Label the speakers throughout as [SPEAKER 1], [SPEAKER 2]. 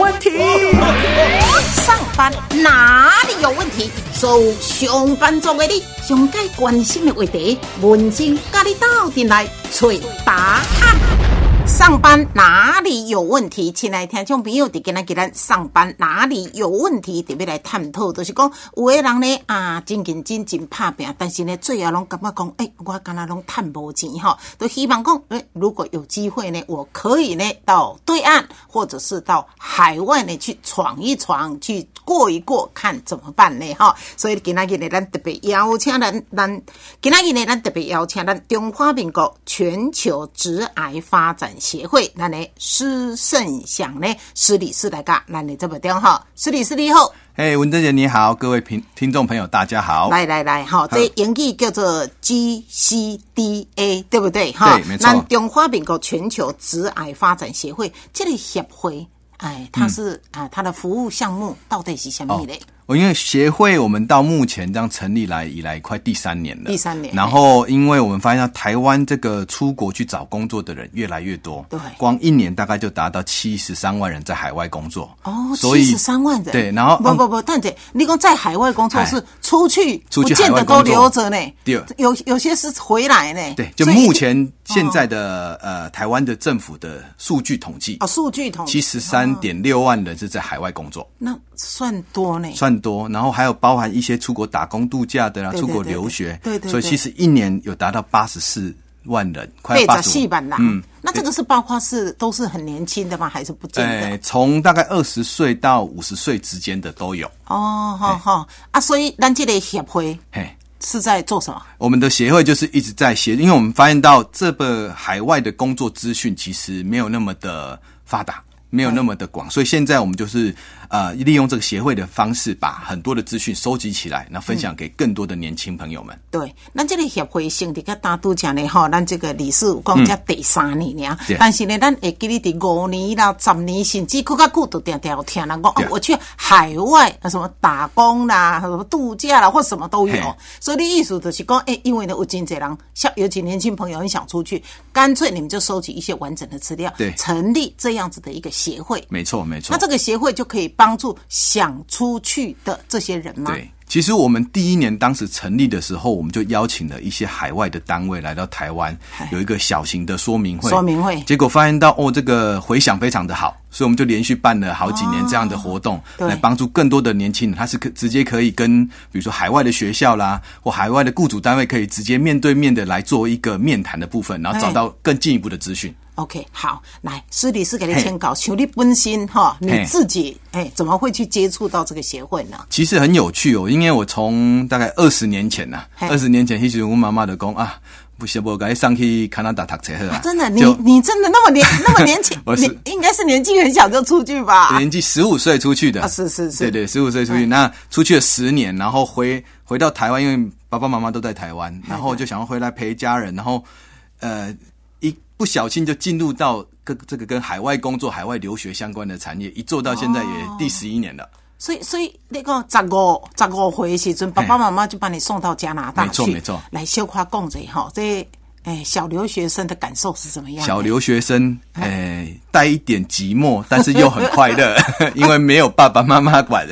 [SPEAKER 1] 问题。
[SPEAKER 2] 上班哪里有问题？所有上班族的你，上该关心的话题，文静甲你斗阵来找答案。上班哪里有问题？亲爱的听众朋友，伫今仔日咱上班哪里有问题？特别来探讨，就是讲有的人呢啊，真认真真拍拼，但是呢，最后拢感觉讲，诶、我敢若拢趁无钱吼，都希望讲，诶、如果有机会呢，我可以呢到对岸或者是到海外呢去闯一闯，去过一过，看怎么办呢？哈，所以今仔日呢，咱特别邀请咱咱今仔日呢，咱特别邀请咱中华民国全球直癌发展协会，咱的施胜祥呢，施理师来噶，咱的这部中哈，施理师你好。
[SPEAKER 3] 嘿文珍姐你好，各位听听众朋友大家好。
[SPEAKER 2] 来来来，哈，这英语叫做 GCDA，对不对？哈，
[SPEAKER 3] 对没错
[SPEAKER 2] 咱中华民国全球直癌发展协会这个协会，哎，
[SPEAKER 3] 嗯
[SPEAKER 2] 它是、啊，它的服务项目到底是什么嘞？
[SPEAKER 3] 我因为协会，我们到目前这样成立来以来快第三年了，
[SPEAKER 2] 第三年
[SPEAKER 3] 然后，因为我们发现台湾这个出国去找工作的人越来越多，
[SPEAKER 2] 对
[SPEAKER 3] 光一年大概就达到七十三万人在海外工作，
[SPEAKER 2] 哦，
[SPEAKER 3] 所以
[SPEAKER 2] 七十三万人，
[SPEAKER 3] 对，然后嗯
[SPEAKER 2] 不不不，蛋姐，你讲在海外工作
[SPEAKER 3] 哎
[SPEAKER 2] 是出去，
[SPEAKER 3] 出去
[SPEAKER 2] 不见
[SPEAKER 3] 海
[SPEAKER 2] 得
[SPEAKER 3] 外
[SPEAKER 2] 都
[SPEAKER 3] 工作
[SPEAKER 2] 留着呢，
[SPEAKER 3] 对
[SPEAKER 2] 有有些是回来呢，
[SPEAKER 3] 对，就
[SPEAKER 2] 所以哦
[SPEAKER 3] 目前现在的、呃台湾的政府的数据统计
[SPEAKER 2] 啊，，数据统计
[SPEAKER 3] 七十三点六万人是在海外工作。
[SPEAKER 2] 那算多呢，
[SPEAKER 3] 算多，然后还有包含一些出国打工度假的啦、
[SPEAKER 2] 对对
[SPEAKER 3] 出国留学，
[SPEAKER 2] 对对对
[SPEAKER 3] 所以其实一年有达到八十四万人，快
[SPEAKER 2] 八
[SPEAKER 3] 八
[SPEAKER 2] 十
[SPEAKER 3] 十
[SPEAKER 2] 四
[SPEAKER 3] 五
[SPEAKER 2] 万啦，嗯，那这个是包括是都是很年轻的吗？还是不见得？
[SPEAKER 3] 哎，从大概二十岁到五十岁之间的都有。
[SPEAKER 2] 哦，
[SPEAKER 3] 哎
[SPEAKER 2] 好好啊，所以咱这个协会
[SPEAKER 3] 嘿，
[SPEAKER 2] 是在做什么？
[SPEAKER 3] 我们的协会就是一直在协，因为我们发现到这个海外的工作资讯其实没有那么的发达。没有那么的广，所以现在我们就是呃利用这个协会的方式，把很多的资讯收集起来，那分
[SPEAKER 2] 嗯
[SPEAKER 3] 享给更多的年轻朋友们。
[SPEAKER 2] 对，咱这个协会成立个大都讲呢，吼，咱这个理事有讲才第三年尔，
[SPEAKER 3] 对
[SPEAKER 2] 但是呢，咱会记咧伫五年啦、十年，甚至更较久，都定定有听人讲，哦
[SPEAKER 3] 对，
[SPEAKER 2] 我去海外啊，什么打工啦、什么度假啦，或什么都有
[SPEAKER 3] 嘿。
[SPEAKER 2] 所以你意思就是讲，诶、因为呢，有真侪人，像尤其年轻朋友很想出去，干脆你们就收集一些完整的资料，
[SPEAKER 3] 对
[SPEAKER 2] 成立这样子的一个协会。
[SPEAKER 3] 没错，没错。
[SPEAKER 2] 那这个协会就可以帮助想出去的这些人吗？
[SPEAKER 3] 对，其实我们第一年当时成立的时候，我们就邀请了一些海外的单位来到台湾
[SPEAKER 2] 嗨，
[SPEAKER 3] 有一个小型的说明会。
[SPEAKER 2] 说明会
[SPEAKER 3] 结果发现到哦，这个回响非常的好，所以我们就连续办了好几年这样的活动，
[SPEAKER 2] 哦对
[SPEAKER 3] 来帮助更多的年轻人。他是可直接可以跟比如说海外的学校啦，或海外的雇主单位，可以直接面对面的来做一个面谈的部分，然后
[SPEAKER 2] 哎
[SPEAKER 3] 找到更进一步的资讯。
[SPEAKER 2] OK，好，来，施律师给你
[SPEAKER 3] 嘿
[SPEAKER 2] 签稿，求你本心哈，你
[SPEAKER 3] 嘿
[SPEAKER 2] 自己哎，怎么会去接触到这个协会呢？
[SPEAKER 3] 其实很有趣哦，因为我从大概二十年前呐、
[SPEAKER 2] 嘿
[SPEAKER 3] 二十年前，其实我妈妈就讲啊，不行，我该上去加拿大读册好啊
[SPEAKER 2] 啊、真的，你
[SPEAKER 3] 就
[SPEAKER 2] 你真的那么 年那么年轻，
[SPEAKER 3] 我是
[SPEAKER 2] 你应该是年纪很小就出去吧？
[SPEAKER 3] 年纪十五岁出去的，
[SPEAKER 2] 啊是是是
[SPEAKER 3] 对对，十五岁出去，那出去了十年，然后回回到台湾，因为爸爸妈妈都在台湾，然后就想要回来陪家人，然后呃，一不小心就进入到跟这个跟海外工作、海外留学相关的产业，一做到现在也
[SPEAKER 2] 哦
[SPEAKER 3] 第十一年了。
[SPEAKER 2] 所以所以那个十五十五回的时阵，爸爸妈妈就把你送到加拿大去，
[SPEAKER 3] 没错没错
[SPEAKER 2] 来绣花供着哈，这哎小留学生的感受是怎么样的？
[SPEAKER 3] 小留学生，
[SPEAKER 2] 哎
[SPEAKER 3] 诶、带一点寂寞，但是又很快 乐，因为没有爸爸妈妈管。。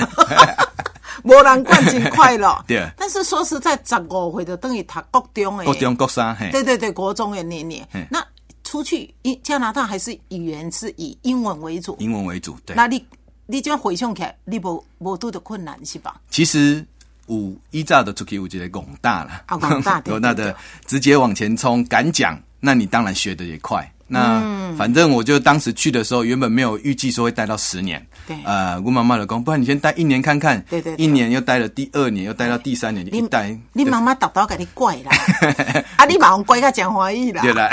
[SPEAKER 2] 无人管真快乐
[SPEAKER 3] 对
[SPEAKER 2] 但是说实在，十五岁就等于读国中诶，
[SPEAKER 3] 国中、国三，嘿，
[SPEAKER 2] 对对对，国中的年龄
[SPEAKER 3] 嗯。
[SPEAKER 2] 那出去英加拿大还是语言是以英文为主，
[SPEAKER 3] 英文为主。对，
[SPEAKER 2] 那你你这样回想起来，你无无多的困难是吧？
[SPEAKER 3] 其实五一炸的出去，我觉得广大了，
[SPEAKER 2] 啊广 大对
[SPEAKER 3] 广大
[SPEAKER 2] 对对
[SPEAKER 3] 的直接往前冲，敢讲，那你当然学的也快。那、
[SPEAKER 2] 嗯
[SPEAKER 3] 反正我就当时去的时候，原本没有预计说会待到十年。
[SPEAKER 2] 对
[SPEAKER 3] 呃，我妈妈就讲，不然你先待一年看看。
[SPEAKER 2] 对对对
[SPEAKER 3] 一年又待了第二年，又待到第三年，
[SPEAKER 2] 你
[SPEAKER 3] 一待，
[SPEAKER 2] 你妈妈豆豆给你怪 啦，啊，你妈妈怪甲真欢喜啦。
[SPEAKER 3] 对啦。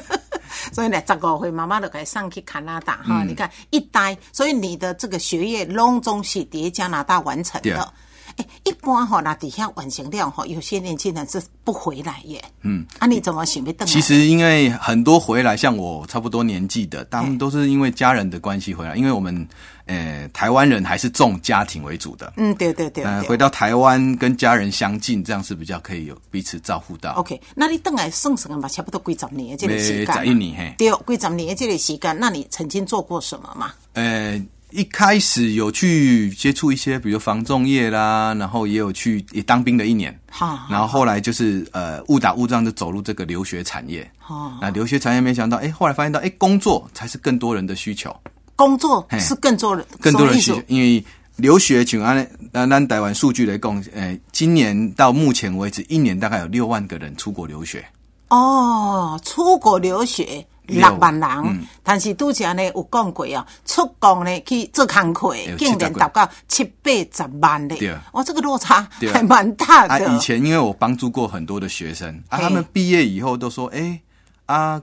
[SPEAKER 2] 所以呢，十五岁妈妈就给送去加拿大
[SPEAKER 3] 嗯
[SPEAKER 2] 哈、你看一待，所以你的这个学业拢总是在加拿大完成
[SPEAKER 3] 对
[SPEAKER 2] 的。哎，一般哈、那底下完成了哈、有些年轻人是不回来耶。嗯，啊，你怎么想要等？
[SPEAKER 3] 其实因为很多回来，像我差不多年纪的，他
[SPEAKER 2] 嘿
[SPEAKER 3] 们都是因为家人的关系回来，因为我们，呃，台湾人还是重家庭为主的。
[SPEAKER 2] 嗯，对对对对。
[SPEAKER 3] 呃，回到台湾跟家人相近，这样是比较可以有彼此照顾到。
[SPEAKER 2] OK，那你等来算算嘛，差不多几十年的这个时间嘛，
[SPEAKER 3] 要十一年嘿
[SPEAKER 2] 对，几十年的这个时间，那你曾经做过什么嘛？
[SPEAKER 3] 呃，一开始有去接触一些，比如防重业啦，然后也有去也当兵的一年，
[SPEAKER 2] 哈，
[SPEAKER 3] 然后后来就是呃误打误撞就走入这个留学产业。
[SPEAKER 2] 哈，
[SPEAKER 3] 那留学产业没想到，哎，后来发现到，哎，工作才是更多人的需求，
[SPEAKER 2] 工作
[SPEAKER 3] 嘿
[SPEAKER 2] 是更多人，
[SPEAKER 3] 更多人需
[SPEAKER 2] 什么
[SPEAKER 3] 求
[SPEAKER 2] 意思，
[SPEAKER 3] 因为留学，请按按按台湾数据来讲，呃，今年到目前为止，一年大概有六万个人出国留学。
[SPEAKER 2] 哦，出国留学
[SPEAKER 3] 六
[SPEAKER 2] 六万人，
[SPEAKER 3] 嗯
[SPEAKER 2] 但是拄则呢有讲过啊，出国呢去做工课
[SPEAKER 3] 有，
[SPEAKER 2] 竟然
[SPEAKER 3] 70
[SPEAKER 2] 达到七八十万嘞
[SPEAKER 3] 对，
[SPEAKER 2] 哦，这个落差
[SPEAKER 3] 对
[SPEAKER 2] 还蛮大
[SPEAKER 3] 啊，
[SPEAKER 2] 的。
[SPEAKER 3] 以前因为我帮助过很多的学生啊，
[SPEAKER 2] 嘿
[SPEAKER 3] 他们毕业以后都说，哎、啊，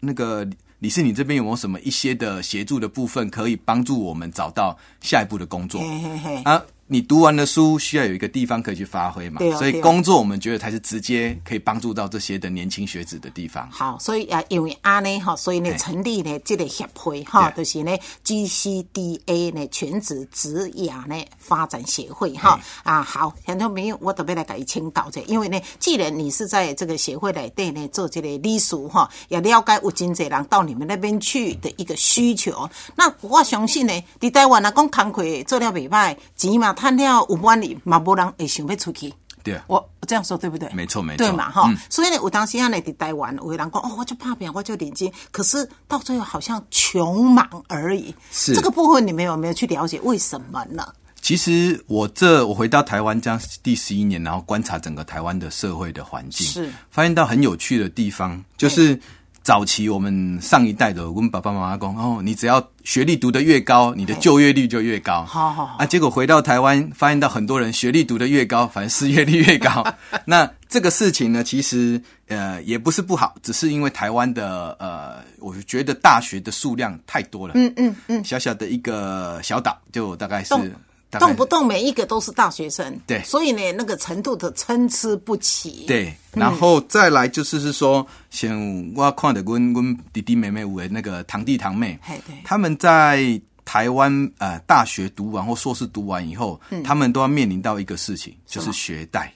[SPEAKER 3] 那个李李氏，你这边有没有什么一些的协助的部分可以帮助我们找到下一步的工作？
[SPEAKER 2] 嘿嘿嘿，
[SPEAKER 3] 啊，你读完了书，需要有一个地方可以去发挥嘛，
[SPEAKER 2] 对啊
[SPEAKER 3] 所以
[SPEAKER 2] 对啊
[SPEAKER 3] 工作我们觉得才是直接可以帮助到这些的年轻学子的地方。
[SPEAKER 2] 好，所以啊，因为安尼吼，所以呢，
[SPEAKER 3] 嘿
[SPEAKER 2] 成立呢这个协会哈，
[SPEAKER 3] 对
[SPEAKER 2] 就是呢 GCDA 呢全职职业呢发展协会哈啊。好，听众朋友，我特别来甲伊请教者，因为呢，既然你是在这个协会内底呢做这个理事哈，也了解有真侪人到你们那边去的一个需求，那我相信呢，伫台湾啊，讲工课做了袂歹，钱嘛趁了有满意，嘛无人会想要出去。
[SPEAKER 3] 对啊，
[SPEAKER 2] 我这样说对不对？
[SPEAKER 3] 没错没嗯错
[SPEAKER 2] 对嘛哈。所以呢，我当时啊，呢，在台湾，有的人讲哦，我就怕表，我就领金，可是到最后好像穷忙而已。
[SPEAKER 3] 是
[SPEAKER 2] 这个部分，你们有没有去了解为什么呢？
[SPEAKER 3] 其实我这我回到台湾这样第十一年，然后观察整个台湾的社会的环境，
[SPEAKER 2] 是嗯
[SPEAKER 3] 发现到很有趣的地方，就是早期我们上一代的，我们爸爸妈妈讲哦，你只要学历读得越高，你的就业率就越高。
[SPEAKER 2] 嗯好好好
[SPEAKER 3] 啊，结果回到台湾，发现到很多人学历读得越高， 反正失业率越高。 那这个事情呢，其实呃也不是不好，只是因为台湾的呃，我觉得大学的数量太多了。嗯嗯嗯，小小的一个小岛，就大概是
[SPEAKER 2] 动
[SPEAKER 3] 大概
[SPEAKER 2] 动不动每一个都是大学生，
[SPEAKER 3] 对
[SPEAKER 2] 所以呢，那个程度的参差不齐。，
[SPEAKER 3] 对，
[SPEAKER 2] 嗯
[SPEAKER 3] 然后再来就是是说，像我看的阮阮弟弟妹妹有的那个堂弟堂妹
[SPEAKER 2] 嘿对，
[SPEAKER 3] 他们在台湾呃大学读完或硕士读完以后，
[SPEAKER 2] 嗯
[SPEAKER 3] 他们都要面临到一个事情，就是学贷。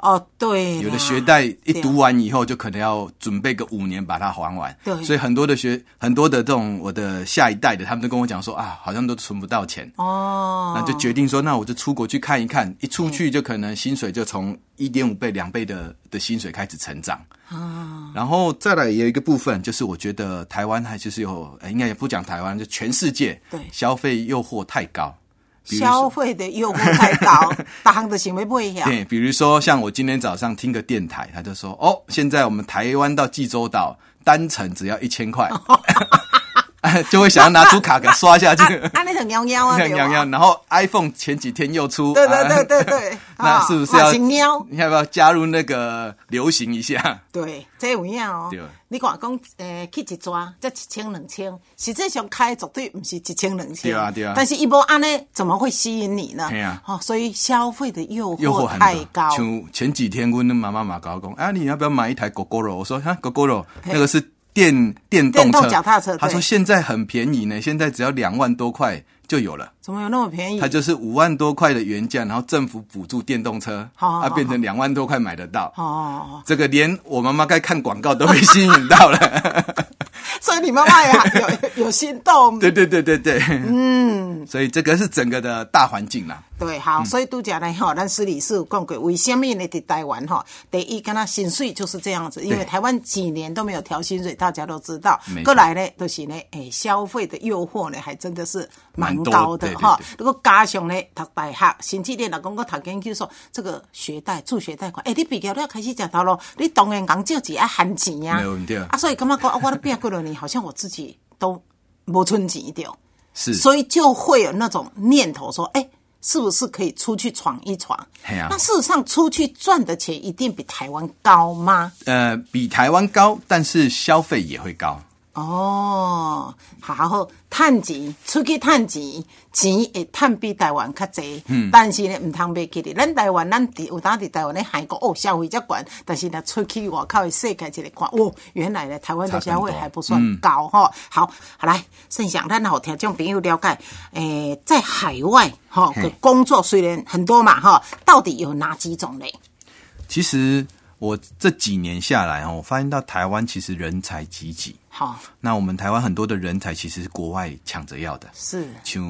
[SPEAKER 2] 哦，对啦，
[SPEAKER 3] 有的学贷一
[SPEAKER 2] 对啊
[SPEAKER 3] 读完以后，就可能要准备个五年把它还完。
[SPEAKER 2] 对
[SPEAKER 3] 所以很多的学很多的这种我的下一代的，他们都跟我讲说啊，好像都存不到钱。
[SPEAKER 2] 哦，
[SPEAKER 3] 那就决定说，那我就出国去看一看。一出去就可能薪水就从
[SPEAKER 2] 嗯
[SPEAKER 3] 一点五倍、两倍的的薪水开始成长。
[SPEAKER 2] 哦
[SPEAKER 3] 啊，然后再来也有一个部分，就是我觉得台湾还就是有，呃应该也不讲台湾，就全世界
[SPEAKER 2] 对
[SPEAKER 3] 消费诱惑太高。比如说
[SPEAKER 2] 消费啊的诱惑太高， 大行的行为不一样。
[SPEAKER 3] 对，比如说像我今天早上听个电台，他就说哦，现在我们台湾到济州岛单程只要一 千块，就会想要拿出卡给刷下去，
[SPEAKER 2] 啊，啊，那很喵 喵啊，
[SPEAKER 3] 样样样。然后 iPhone 前几天又出，
[SPEAKER 2] 对吧对
[SPEAKER 3] 啊，
[SPEAKER 2] 对对对
[SPEAKER 3] 那
[SPEAKER 2] 啊
[SPEAKER 3] 是不是要
[SPEAKER 2] 嘛喵？
[SPEAKER 3] 你要不要加入那个流行一下？
[SPEAKER 2] 对，这有影哦
[SPEAKER 3] 对。
[SPEAKER 2] 你看讲，诶、去一抓才一千两千，实际上开的绝对不是一千两千。
[SPEAKER 3] 对啊对啊
[SPEAKER 2] 但是一波安呢，怎么会吸引你呢？
[SPEAKER 3] 嘿啊
[SPEAKER 2] 哦，所以消费的诱
[SPEAKER 3] 诱惑
[SPEAKER 2] 惑
[SPEAKER 3] 很
[SPEAKER 2] 太
[SPEAKER 3] 大。
[SPEAKER 2] 高。
[SPEAKER 3] 像前几天我那妈妈嘛跟我讲，啊，你要不要买一台狗狗肉？我说哈，狗狗肉那个是电电动
[SPEAKER 2] 电
[SPEAKER 3] 车，
[SPEAKER 2] 动脚踏车
[SPEAKER 3] 他说
[SPEAKER 2] 对
[SPEAKER 3] 现在很便宜呢，现在只要两万多块就有了。
[SPEAKER 2] 怎么有那么便宜
[SPEAKER 3] 它？就是五万多块的原价，然后政府补助电动车，
[SPEAKER 2] 好好
[SPEAKER 3] 它
[SPEAKER 2] 好
[SPEAKER 3] 变成两万多块买得到。
[SPEAKER 2] 哦，
[SPEAKER 3] 这个连我妈妈该看广告都被吸引 到了。
[SPEAKER 2] 所以你妈妈呀， 有有心动。
[SPEAKER 3] 对对对对对，嗯，所以这个是整个的大环境啦。
[SPEAKER 2] 对，
[SPEAKER 3] 嗯
[SPEAKER 2] 好，所以拄则呢，吼，咱私理是有讲过，为什么呢？伫台湾吼，第一，敢若薪水就是这样子，因为
[SPEAKER 3] 对
[SPEAKER 2] 台湾几年都没有调薪水，大家都知道
[SPEAKER 3] 没。错
[SPEAKER 2] 过来呢，就是呢，诶、消费的诱惑呢，还真的是蛮
[SPEAKER 3] 蛮多
[SPEAKER 2] 高的
[SPEAKER 3] 对对
[SPEAKER 2] 哈
[SPEAKER 3] 对。
[SPEAKER 2] 如果加上呢，读大学，甚至你若讲我读研究所，这个学贷、助学贷款，诶、你毕业了开始食头路，你当然讲少钱啊，悭钱啊。
[SPEAKER 3] 没问题
[SPEAKER 2] 啊，所以感觉讲，啊我都毕业过了，你好像我自己都无存钱着。
[SPEAKER 3] 是，
[SPEAKER 2] 所以就会有那种念头说，哎、是不是可以出去闯一闯？
[SPEAKER 3] 嘿啊
[SPEAKER 2] 那事实上，出去赚的钱一定比台湾高吗？
[SPEAKER 3] 呃，比台湾高，但是消费也会高。
[SPEAKER 2] 哦，好，趁钱，出去趁钱，钱会趁比台湾较济。嗯，但是呢，毋通袂记哩。咱台湾，咱伫有当伫台湾咧，韩国哦，消费遮悬，但是呢，出去外口的世界一个看，哦，原来呢，台湾的消费还不算高吼、好，好来，剩下咱好听众朋友了解，诶、在海外吼、
[SPEAKER 3] 嘿
[SPEAKER 2] 的工作虽然很多嘛吼、到底有哪几种嘞？
[SPEAKER 3] 其实我这几年下来哦，我发现到台湾其实人才济济。
[SPEAKER 2] 好
[SPEAKER 3] 那我们台湾很多的人才其实是国外抢着要的，
[SPEAKER 2] 是
[SPEAKER 3] 像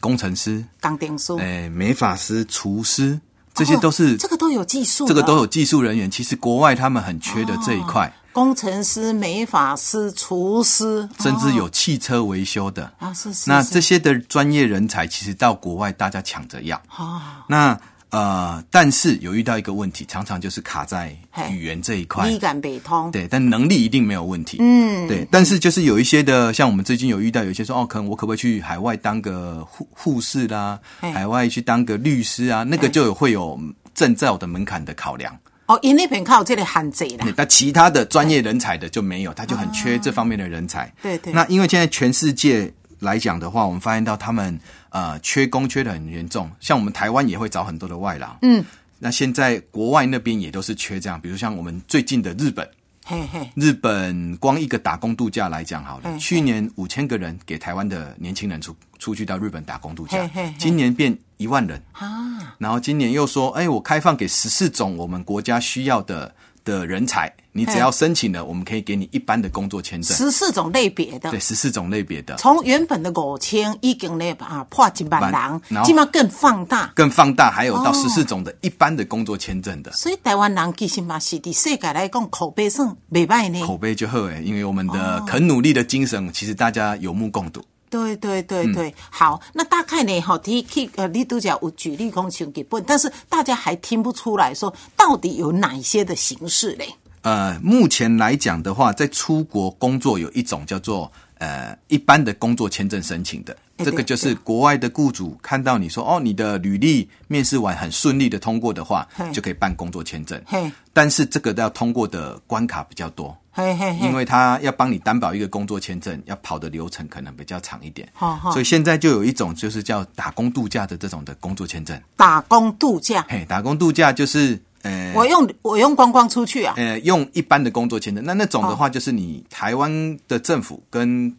[SPEAKER 3] 工程师、
[SPEAKER 2] 钢钉书，
[SPEAKER 3] 哎、美发师、厨师，这些都是、
[SPEAKER 2] 哦这个都有技术的，
[SPEAKER 3] 这个都有技术人员。其实国外他们很缺的这一块，
[SPEAKER 2] 工程师、美发师、厨师，哦
[SPEAKER 3] 甚至有汽车维修的。
[SPEAKER 2] 啊是是，
[SPEAKER 3] 那
[SPEAKER 2] 是
[SPEAKER 3] 这些的专业人才，其实到国外大家抢着要。
[SPEAKER 2] 啊
[SPEAKER 3] 那呃，但是有遇到一个问题，常常就是卡在
[SPEAKER 2] 嘿
[SPEAKER 3] 语言这一块
[SPEAKER 2] 语。感北通，
[SPEAKER 3] 对，但能力一定没有问题。嗯，对，但是就是有一些的，像我们最近有遇到有一些说，哦，可能我可不可以去海外当个护护士啦，
[SPEAKER 2] 嘿
[SPEAKER 3] 海外去当个律师啊，那个就有会有证照的门槛的考量。
[SPEAKER 2] 哦，因那边靠这个限制啦
[SPEAKER 3] 对，那其他的专业人才的就没有，他就很缺这方面的人才。
[SPEAKER 2] 对对
[SPEAKER 3] 那因为现在全世界来讲的话，我们发现到他们呃缺工缺的很严重，像我们台湾也会找很多的外劳。嗯，那现在国外那边也都是缺这样，比如像我们最近的日本。
[SPEAKER 2] 嘿嘿，
[SPEAKER 3] 日本光一个打工度假来讲好了，
[SPEAKER 2] 嗯
[SPEAKER 3] 去年五千个人给台湾的年轻人出出去到日本打工度假
[SPEAKER 2] 嘿嘿嘿，
[SPEAKER 3] 今年变一万人，
[SPEAKER 2] 啊，
[SPEAKER 3] 然后今年又说，哎，我开放给十四种我们国家需要的的人才，你只要申请了，我们可以给你一般的工作签证，
[SPEAKER 2] 十四种类别的
[SPEAKER 3] 对，，十四种类别的，
[SPEAKER 2] 从原本的五千已经咧啊破一万
[SPEAKER 3] 万然
[SPEAKER 2] 人，
[SPEAKER 3] 后
[SPEAKER 2] 即马更放大，
[SPEAKER 3] 更放大，还有到
[SPEAKER 2] 哦
[SPEAKER 3] 十四种的一般的工作签证的。
[SPEAKER 2] 所以台湾人其实嘛是伫世界来讲口碑算袂歹
[SPEAKER 3] 口
[SPEAKER 2] 呢。
[SPEAKER 3] 碑就好诶，因为我们的肯努力的精神，其实大家有目共睹。
[SPEAKER 2] 对对对
[SPEAKER 3] 嗯
[SPEAKER 2] 对，好，那大概呢，吼，提去呃，你都讲有举例讲像日本，但是大家还听不出来说到底有哪一些的形式嘞？
[SPEAKER 3] 呃，目前来讲的话，在出国工作有一种叫做呃一般的工作签证申请的，
[SPEAKER 2] 哎
[SPEAKER 3] 这个
[SPEAKER 2] 对
[SPEAKER 3] 就是国外的雇主看到你说哦，你的履历面试完很顺利的通过的话
[SPEAKER 2] 嘿，
[SPEAKER 3] 就可以办工作签证
[SPEAKER 2] 嘿。
[SPEAKER 3] 但是这个要通过的关卡比较多，
[SPEAKER 2] 嘿嘿嘿，
[SPEAKER 3] 因为他要帮你担保一个工作签证，要跑的流程可能比较长一点
[SPEAKER 2] 好好。
[SPEAKER 3] 所以现在就有一种就是叫打工度假的这种的工作签证。
[SPEAKER 2] 打工度假，
[SPEAKER 3] 嘿，打工度假就是呃，
[SPEAKER 2] 我用我用观光出去啊，
[SPEAKER 3] 呃，用一般的工作签证，那那种
[SPEAKER 2] 哦
[SPEAKER 3] 的话，就是你台湾的政府跟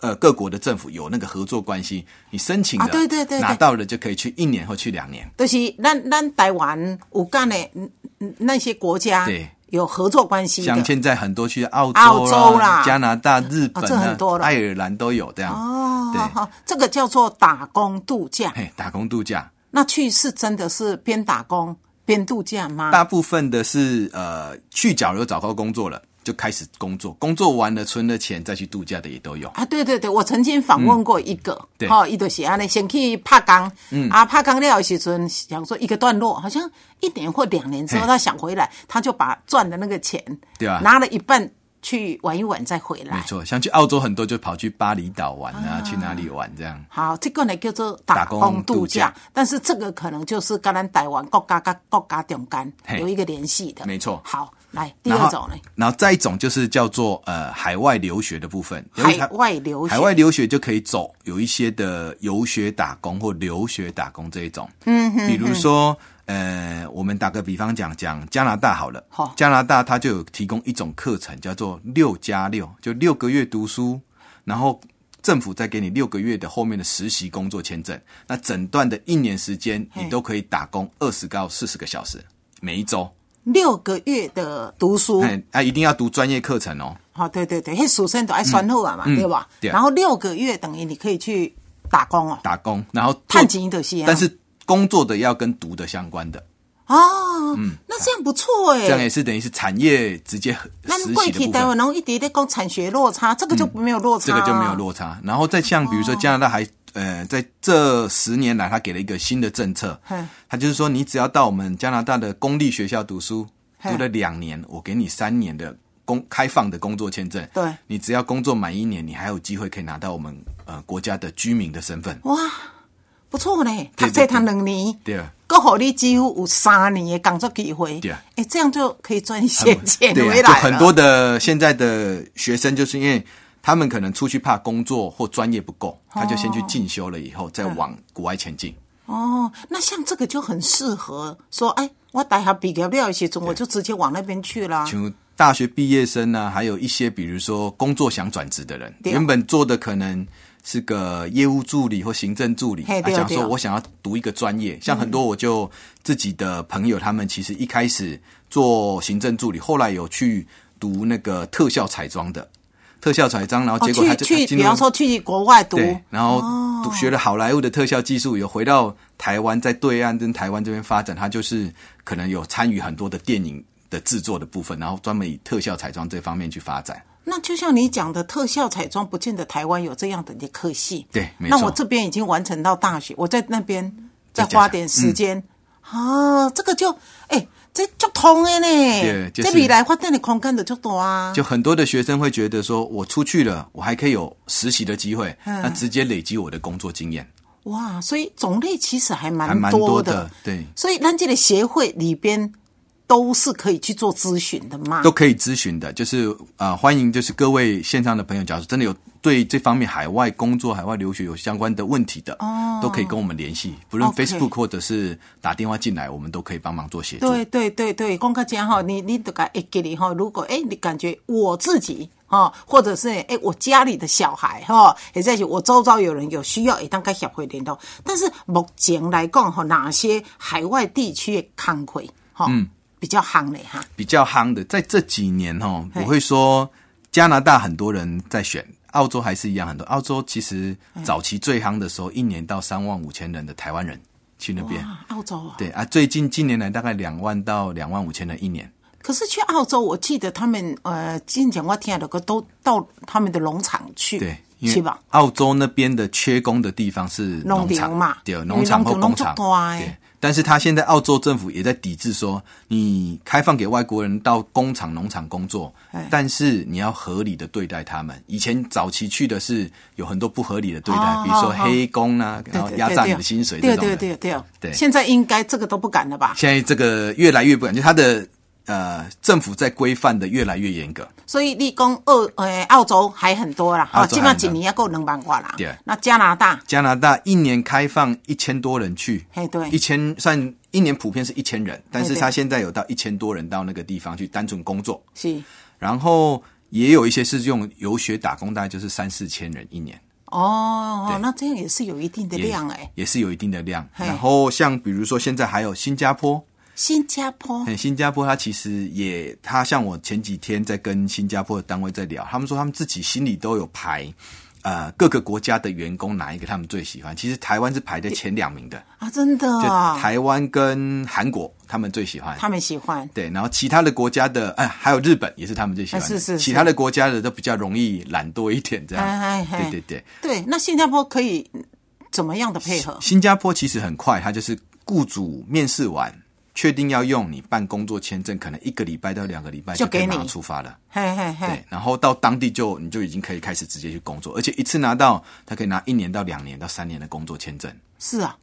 [SPEAKER 3] 呃各国的政府有那个合作关系，你申请了，
[SPEAKER 2] 啊对对对对
[SPEAKER 3] 拿到了就可以去一年或去两年。
[SPEAKER 2] 就是咱咱台湾有干的嗯嗯那些国家
[SPEAKER 3] 对
[SPEAKER 2] 有合作关系
[SPEAKER 3] 像
[SPEAKER 2] 的，
[SPEAKER 3] 现在很多去澳
[SPEAKER 2] 澳
[SPEAKER 3] 洲啦、啊
[SPEAKER 2] 洲啦
[SPEAKER 3] 加拿大、日本、
[SPEAKER 2] 啊这很多了
[SPEAKER 3] 爱尔兰都有这样。哦，对
[SPEAKER 2] 好，好，这个叫做打工度假。
[SPEAKER 3] 嘿，打工度假，
[SPEAKER 2] 那去是真的是边打工边度假吗？
[SPEAKER 3] 大部分的是呃去假如找到工作了，就开始工作，工作完了存了钱再去度假的也都有。
[SPEAKER 2] 啊，对对对，我曾经访问过一个，
[SPEAKER 3] 嗯对
[SPEAKER 2] 哦，伊就是安尼先去拍工，啊，拍工了的时阵，想说一个段落，好像一年或两年之后，
[SPEAKER 3] 嘿
[SPEAKER 2] 他想回来，他就把赚的那个钱，
[SPEAKER 3] 对啊
[SPEAKER 2] 拿了一半去玩一玩再回
[SPEAKER 3] 没
[SPEAKER 2] 来。
[SPEAKER 3] 错，像去澳洲很多就跑去巴厘岛玩啊去哪里玩这样。
[SPEAKER 2] 好，这个呢叫做打工度假，
[SPEAKER 3] 打工度假
[SPEAKER 2] 但是这个可能就是跟咱台湾国家跟国家中间
[SPEAKER 3] 嘿
[SPEAKER 2] 有一个联系的。
[SPEAKER 3] 没错
[SPEAKER 2] 好，来第
[SPEAKER 3] 然
[SPEAKER 2] 二
[SPEAKER 3] 后，
[SPEAKER 2] 种呢，
[SPEAKER 3] 然后再一种就是叫做呃海外留学的部分，因为
[SPEAKER 2] 海外留学
[SPEAKER 3] 海外留学就可以走有一些的游学打工或留学打工这一种，嗯比如说呃，我们打个比方讲讲加拿大好了，
[SPEAKER 2] 好
[SPEAKER 3] 加拿大它就有提供一种课程叫做六加六，就六个月读书，然后。政府再给你六个月的后面的实习工作签证，那整段的一年时间，你
[SPEAKER 2] 嘿
[SPEAKER 3] 都可以打工二十到四十个小时，每一周。
[SPEAKER 2] 六个月的读书，
[SPEAKER 3] 哎，啊，一定要读专业课程哦。
[SPEAKER 2] 好、对对对，迄暑生都爱选好啊嘛，对吧？
[SPEAKER 3] 对啊
[SPEAKER 2] 然后六个月等于你可以去打工哦，
[SPEAKER 3] 打工，然后做
[SPEAKER 2] 探钱就是啊。
[SPEAKER 3] 但是工作的要跟读的相关的，
[SPEAKER 2] 哦，那这样不错哎、
[SPEAKER 3] 嗯啊这样也是等于是产业直接合
[SPEAKER 2] 那
[SPEAKER 3] 实
[SPEAKER 2] 贵
[SPEAKER 3] 习的
[SPEAKER 2] 体
[SPEAKER 3] 部
[SPEAKER 2] 台湾
[SPEAKER 3] 分，
[SPEAKER 2] 然后一直在讲产学落差，这个就没有落
[SPEAKER 3] 这
[SPEAKER 2] 差、啊
[SPEAKER 3] 个就没有。落差。然后再像比如说加拿大还呃，在这十年来，他给了一个新的政策
[SPEAKER 2] 嘿，
[SPEAKER 3] 他就是说你只要到我们加拿大的公立学校读书，
[SPEAKER 2] 嘿
[SPEAKER 3] 读了两年，我给你三年的。工开放的工作签证，
[SPEAKER 2] 对
[SPEAKER 3] 你只要工作满一年，你还有机会可以拿到我们呃国家的居民的身份。
[SPEAKER 2] 哇，不错呢，读
[SPEAKER 3] 对对
[SPEAKER 2] 这趟两年，
[SPEAKER 3] 对啊
[SPEAKER 2] 够好你几乎有三年的工作机会。
[SPEAKER 3] 对啊
[SPEAKER 2] 哎、这样就可以赚一些钱
[SPEAKER 3] 对啊
[SPEAKER 2] 回来、
[SPEAKER 3] 就很多。的现在的学生，就是因为他们可能出去怕工作或专业不够，他就先去进修了，以后再往国外前进。
[SPEAKER 2] 哦，那像这个就很适合说，哎，我大学毕业了的时候，我就直接往那边去啦。
[SPEAKER 3] 就啊大学毕业生呢、还有一些比如说工作想转职的人，
[SPEAKER 2] 对啊
[SPEAKER 3] 原本做的可能是个业务助理或行政助理，
[SPEAKER 2] 嘿
[SPEAKER 3] 来
[SPEAKER 2] 对啊
[SPEAKER 3] 讲
[SPEAKER 2] 对嗯
[SPEAKER 3] 说我想要读一个专业，像很多我就自己的朋友，他们其实一开始做行政助理，后来有去读那个特效彩妆的，特效彩妆，然后
[SPEAKER 2] 哦，
[SPEAKER 3] 结果他
[SPEAKER 2] 去
[SPEAKER 3] 就、
[SPEAKER 2] 去，
[SPEAKER 3] 进
[SPEAKER 2] 比
[SPEAKER 3] 入
[SPEAKER 2] 方说去国外读，
[SPEAKER 3] 对，然后读学了好莱坞的特效技术，有回到台湾，在对岸跟台湾这边发展，他就是可能有参与很多的电影的制作的部分，然后专门以特效彩妆这方面去发展。
[SPEAKER 2] 那就像你讲的，特效彩妆不见得台湾有这样的一科系。
[SPEAKER 3] 对没
[SPEAKER 2] 那
[SPEAKER 3] 错
[SPEAKER 2] 我这边已经完成到大学，我在那边再
[SPEAKER 3] 再加
[SPEAKER 2] 花
[SPEAKER 3] 强
[SPEAKER 2] 点时
[SPEAKER 3] 嗯
[SPEAKER 2] 间、啊，这个就哎、这就通的呢
[SPEAKER 3] 对。就是
[SPEAKER 2] 这未来发展的空间就足大啊。
[SPEAKER 3] 就很多的学生会觉得说，我出去了，我还可以有实习的机会，那直接累积我的工作经验，
[SPEAKER 2] 哇，所以种类其实还
[SPEAKER 3] 还
[SPEAKER 2] 蛮
[SPEAKER 3] 蛮
[SPEAKER 2] 多的。
[SPEAKER 3] 的。对，
[SPEAKER 2] 所以咱这个协会里边都是可以去做咨询的嘛。
[SPEAKER 3] 都可以咨询的，就是呃，欢迎就是各位线上的朋友，假如真的有对这方面海外工作、海外留学有相关的问题的，都可以跟我们联系，不论
[SPEAKER 2] 哦 OK
[SPEAKER 3] Facebook 或者是打电话进来，我们都可以帮忙做协助。
[SPEAKER 2] 对对对对，讲到这哈，你你都该会给你哈。如果哎，你感觉我自己哈，或者是哎我家里的小孩哈，也在我周遭有人有需要，也当该协会联络。但是目前来讲哈，哪些海外地区的康会哈，
[SPEAKER 3] 嗯
[SPEAKER 2] 比较夯嘞哈？
[SPEAKER 3] 比较夯的，在这几年哦，
[SPEAKER 2] 嘿
[SPEAKER 3] 我会说加拿大很多人在选，澳洲还是一样很多。澳洲其实早期最夯的时候，一年到三万五千人的台湾人去那边。
[SPEAKER 2] 啊，澳洲啊。
[SPEAKER 3] 对啊，最近近年来大概两万到两万五千人一年。
[SPEAKER 2] 可是去澳洲，我记得他们呃，之前我听了个都到他们的农场去，
[SPEAKER 3] 对，因
[SPEAKER 2] 是
[SPEAKER 3] 为
[SPEAKER 2] 吧？
[SPEAKER 3] 澳洲那边的缺工的地方是
[SPEAKER 2] 农
[SPEAKER 3] 农
[SPEAKER 2] 场
[SPEAKER 3] 场
[SPEAKER 2] 嘛
[SPEAKER 3] 对，
[SPEAKER 2] 因为
[SPEAKER 3] 农场
[SPEAKER 2] 农场
[SPEAKER 3] 或工厂。
[SPEAKER 2] 农作大欸
[SPEAKER 3] 对，但是他现在澳洲政府也在抵制说，你开放给外国人到工厂、农场工作，
[SPEAKER 2] 哎
[SPEAKER 3] 但是你要合理的对待他们。以前早期去的是有很多不合理的对待
[SPEAKER 2] 哦，
[SPEAKER 3] 比如说
[SPEAKER 2] 哦哦
[SPEAKER 3] 黑工啊，然后压榨你的薪水这
[SPEAKER 2] 对
[SPEAKER 3] 种
[SPEAKER 2] 对对
[SPEAKER 3] 的。
[SPEAKER 2] 对
[SPEAKER 3] 对
[SPEAKER 2] 现在应该这个都不敢了吧？
[SPEAKER 3] 现在这个越来越不敢，就他的呃政府在规范的越来越严格。
[SPEAKER 2] 所以你讲澳呃澳洲还很多啦，
[SPEAKER 3] 澳
[SPEAKER 2] 哦，
[SPEAKER 3] 洲
[SPEAKER 2] 基
[SPEAKER 3] 还很
[SPEAKER 2] 本
[SPEAKER 3] 多
[SPEAKER 2] 一年也够两万块啦
[SPEAKER 3] 对。
[SPEAKER 2] 那加拿大，
[SPEAKER 3] 加拿大一年开放一千多人去，
[SPEAKER 2] 嘿对
[SPEAKER 3] 一千算一年普遍是一千人，但是
[SPEAKER 2] 对
[SPEAKER 3] 他现在有到一千多人到那个地方去单纯工作，
[SPEAKER 2] 是
[SPEAKER 3] 然后也有一些是用游学打工，大概就是三四千人一年，
[SPEAKER 2] 哦
[SPEAKER 3] 对，
[SPEAKER 2] 那这样也是有一定的
[SPEAKER 3] 也
[SPEAKER 2] 量哎。
[SPEAKER 3] 也是有一定的量。
[SPEAKER 2] 嘿
[SPEAKER 3] 然后像比如说现在还有新加坡，
[SPEAKER 2] 新加坡
[SPEAKER 3] 嗯，新加坡它其实也，它像我前几天在跟新加坡的单位在聊，他们说他们自己心里都有排。呃，各个国家的员工哪一个他们最喜欢？其实台湾是排在前两名的，
[SPEAKER 2] 啊，真的
[SPEAKER 3] 就
[SPEAKER 2] 啊，
[SPEAKER 3] 台湾跟韩国他们最喜欢。
[SPEAKER 2] 他们喜欢
[SPEAKER 3] 对，然后其他的国家的，哎，还有日本也是他们最喜欢的。
[SPEAKER 2] 哎是是是
[SPEAKER 3] 其他的国家的都比较容易懒惰一点，这样。
[SPEAKER 2] 哎哎哎
[SPEAKER 3] 对对对，
[SPEAKER 2] 对。那新加坡可以怎么样的配合？
[SPEAKER 3] 新加坡其实很快，它就是雇主面试完，确定要用你办工作签证，可能一个礼拜到两个礼拜
[SPEAKER 2] 就
[SPEAKER 3] 可以
[SPEAKER 2] 给你
[SPEAKER 3] 马上出发了。
[SPEAKER 2] 嘿嘿嘿
[SPEAKER 3] 对，，然后到当地就你就已经可以开始直接去工作，而且一次拿到，他可以拿一年到两年到三年的工作签证。
[SPEAKER 2] 是啊。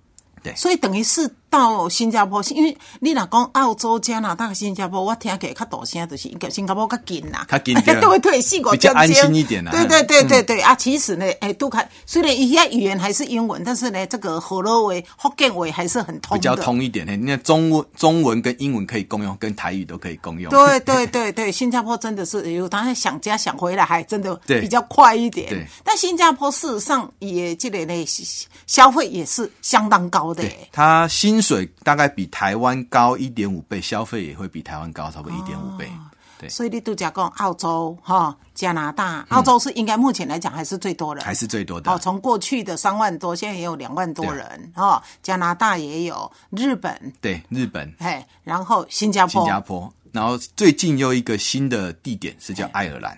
[SPEAKER 3] 对
[SPEAKER 2] 所以等于是到新加坡，因为你若讲澳洲、加拿大、新加坡，我听起来较大声，就是应该新加坡较近啦，
[SPEAKER 3] 较近对
[SPEAKER 2] 对对，四五
[SPEAKER 3] 比
[SPEAKER 2] 点钟
[SPEAKER 3] 较安心一点啦
[SPEAKER 2] 对对对对对、啊，其实呢，哎，都看虽然一些语言还是英文，但是呢，这个河洛话、福建话还是很哦通的，
[SPEAKER 3] 比较通一点的，那中文、中文跟英文可以共用，跟台语都可以共用。
[SPEAKER 2] 对对对对，新加坡真的是有，当然想家想回来还真的
[SPEAKER 3] 对
[SPEAKER 2] 比较快一点
[SPEAKER 3] 对。
[SPEAKER 2] 但新加坡事实上也这类呢消费也是相当高的耶。
[SPEAKER 3] 对，他薪水大概比台湾高一点五倍，消费也会比台湾高差不多一点
[SPEAKER 2] 哦
[SPEAKER 3] 五倍。对，嗯
[SPEAKER 2] 所以你度假讲澳洲哈、加拿大，澳洲是应该目前来讲还是最多人，
[SPEAKER 3] 还是最多
[SPEAKER 2] 哦，
[SPEAKER 3] 的。
[SPEAKER 2] 从过去的三万多，现在也有两万多
[SPEAKER 3] 对啊
[SPEAKER 2] 人哦，加拿大也有，日本，
[SPEAKER 3] 对，日本、
[SPEAKER 2] 嘿，然后新加坡、
[SPEAKER 3] 新加坡，然后最近又一个新的地点是叫
[SPEAKER 2] 哎
[SPEAKER 3] 爱尔兰。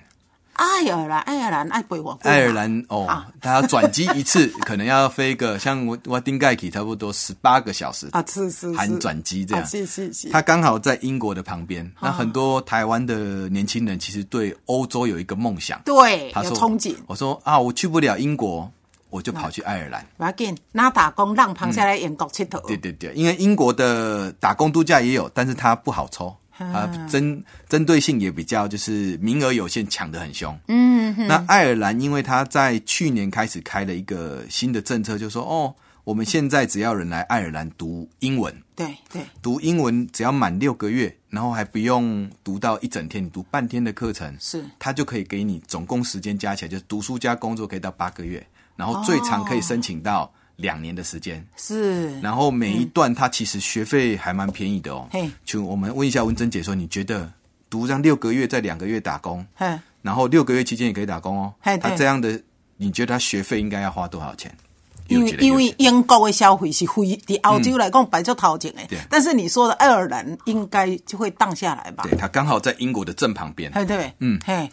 [SPEAKER 2] 爱尔兰，爱尔兰爱北我
[SPEAKER 3] 爱尔兰哦，
[SPEAKER 2] 啊
[SPEAKER 3] 他要转机一次， 可能要飞个像我我丁盖奇差不多十八个小时
[SPEAKER 2] 啊，是是是，
[SPEAKER 3] 含转机这样
[SPEAKER 2] 啊，。是哦是是，
[SPEAKER 3] 他刚好在英国的旁边，那很多台湾的年轻人其实对欧洲有一个梦想，
[SPEAKER 2] 对，
[SPEAKER 3] 他
[SPEAKER 2] 有
[SPEAKER 3] 说
[SPEAKER 2] 憧憬。
[SPEAKER 3] 我说啊，我去不了英国，我就跑去爱尔兰。
[SPEAKER 2] 不要紧，那打工让螃蟹来英国佚佗。
[SPEAKER 3] 嗯对对对，因为英国的打工度假也有，但是它不好抽，啊，针针对性也比较就是名额有限，抢得很凶。嗯，那爱尔兰因为它在去年开始开了一个新的政策，就说哦，我们现在只要人来爱尔兰读英文，
[SPEAKER 2] 对对，
[SPEAKER 3] 读英文只要满六个月，然后还不用读到一整天，你读半天的课程，
[SPEAKER 2] 是
[SPEAKER 3] 它就可以给你总共时间加起来，就是读书加工作可以到八个月。然后最长可以申请到两年的时间。
[SPEAKER 2] 是
[SPEAKER 3] 然后每一段它其实学费还蛮便宜的哦
[SPEAKER 2] 嘿。
[SPEAKER 3] 就我们问一下文珍姐说，你觉得读上六个月，在两个月打工，
[SPEAKER 2] 嘿，
[SPEAKER 3] 然后六个月期间也可以打工哦
[SPEAKER 2] 嘿。对
[SPEAKER 3] 他这样的，你觉得他学费应该要花多少钱？
[SPEAKER 2] 因为
[SPEAKER 3] 有几个
[SPEAKER 2] 因为
[SPEAKER 3] 月
[SPEAKER 2] 英国的消费是非，对澳洲来讲摆在头前的
[SPEAKER 3] 对。
[SPEAKER 2] 但是你说的爱尔兰应该就会荡下来吧？
[SPEAKER 3] 对他刚好在英国的正旁边，
[SPEAKER 2] 嘿对，嗯，嘿，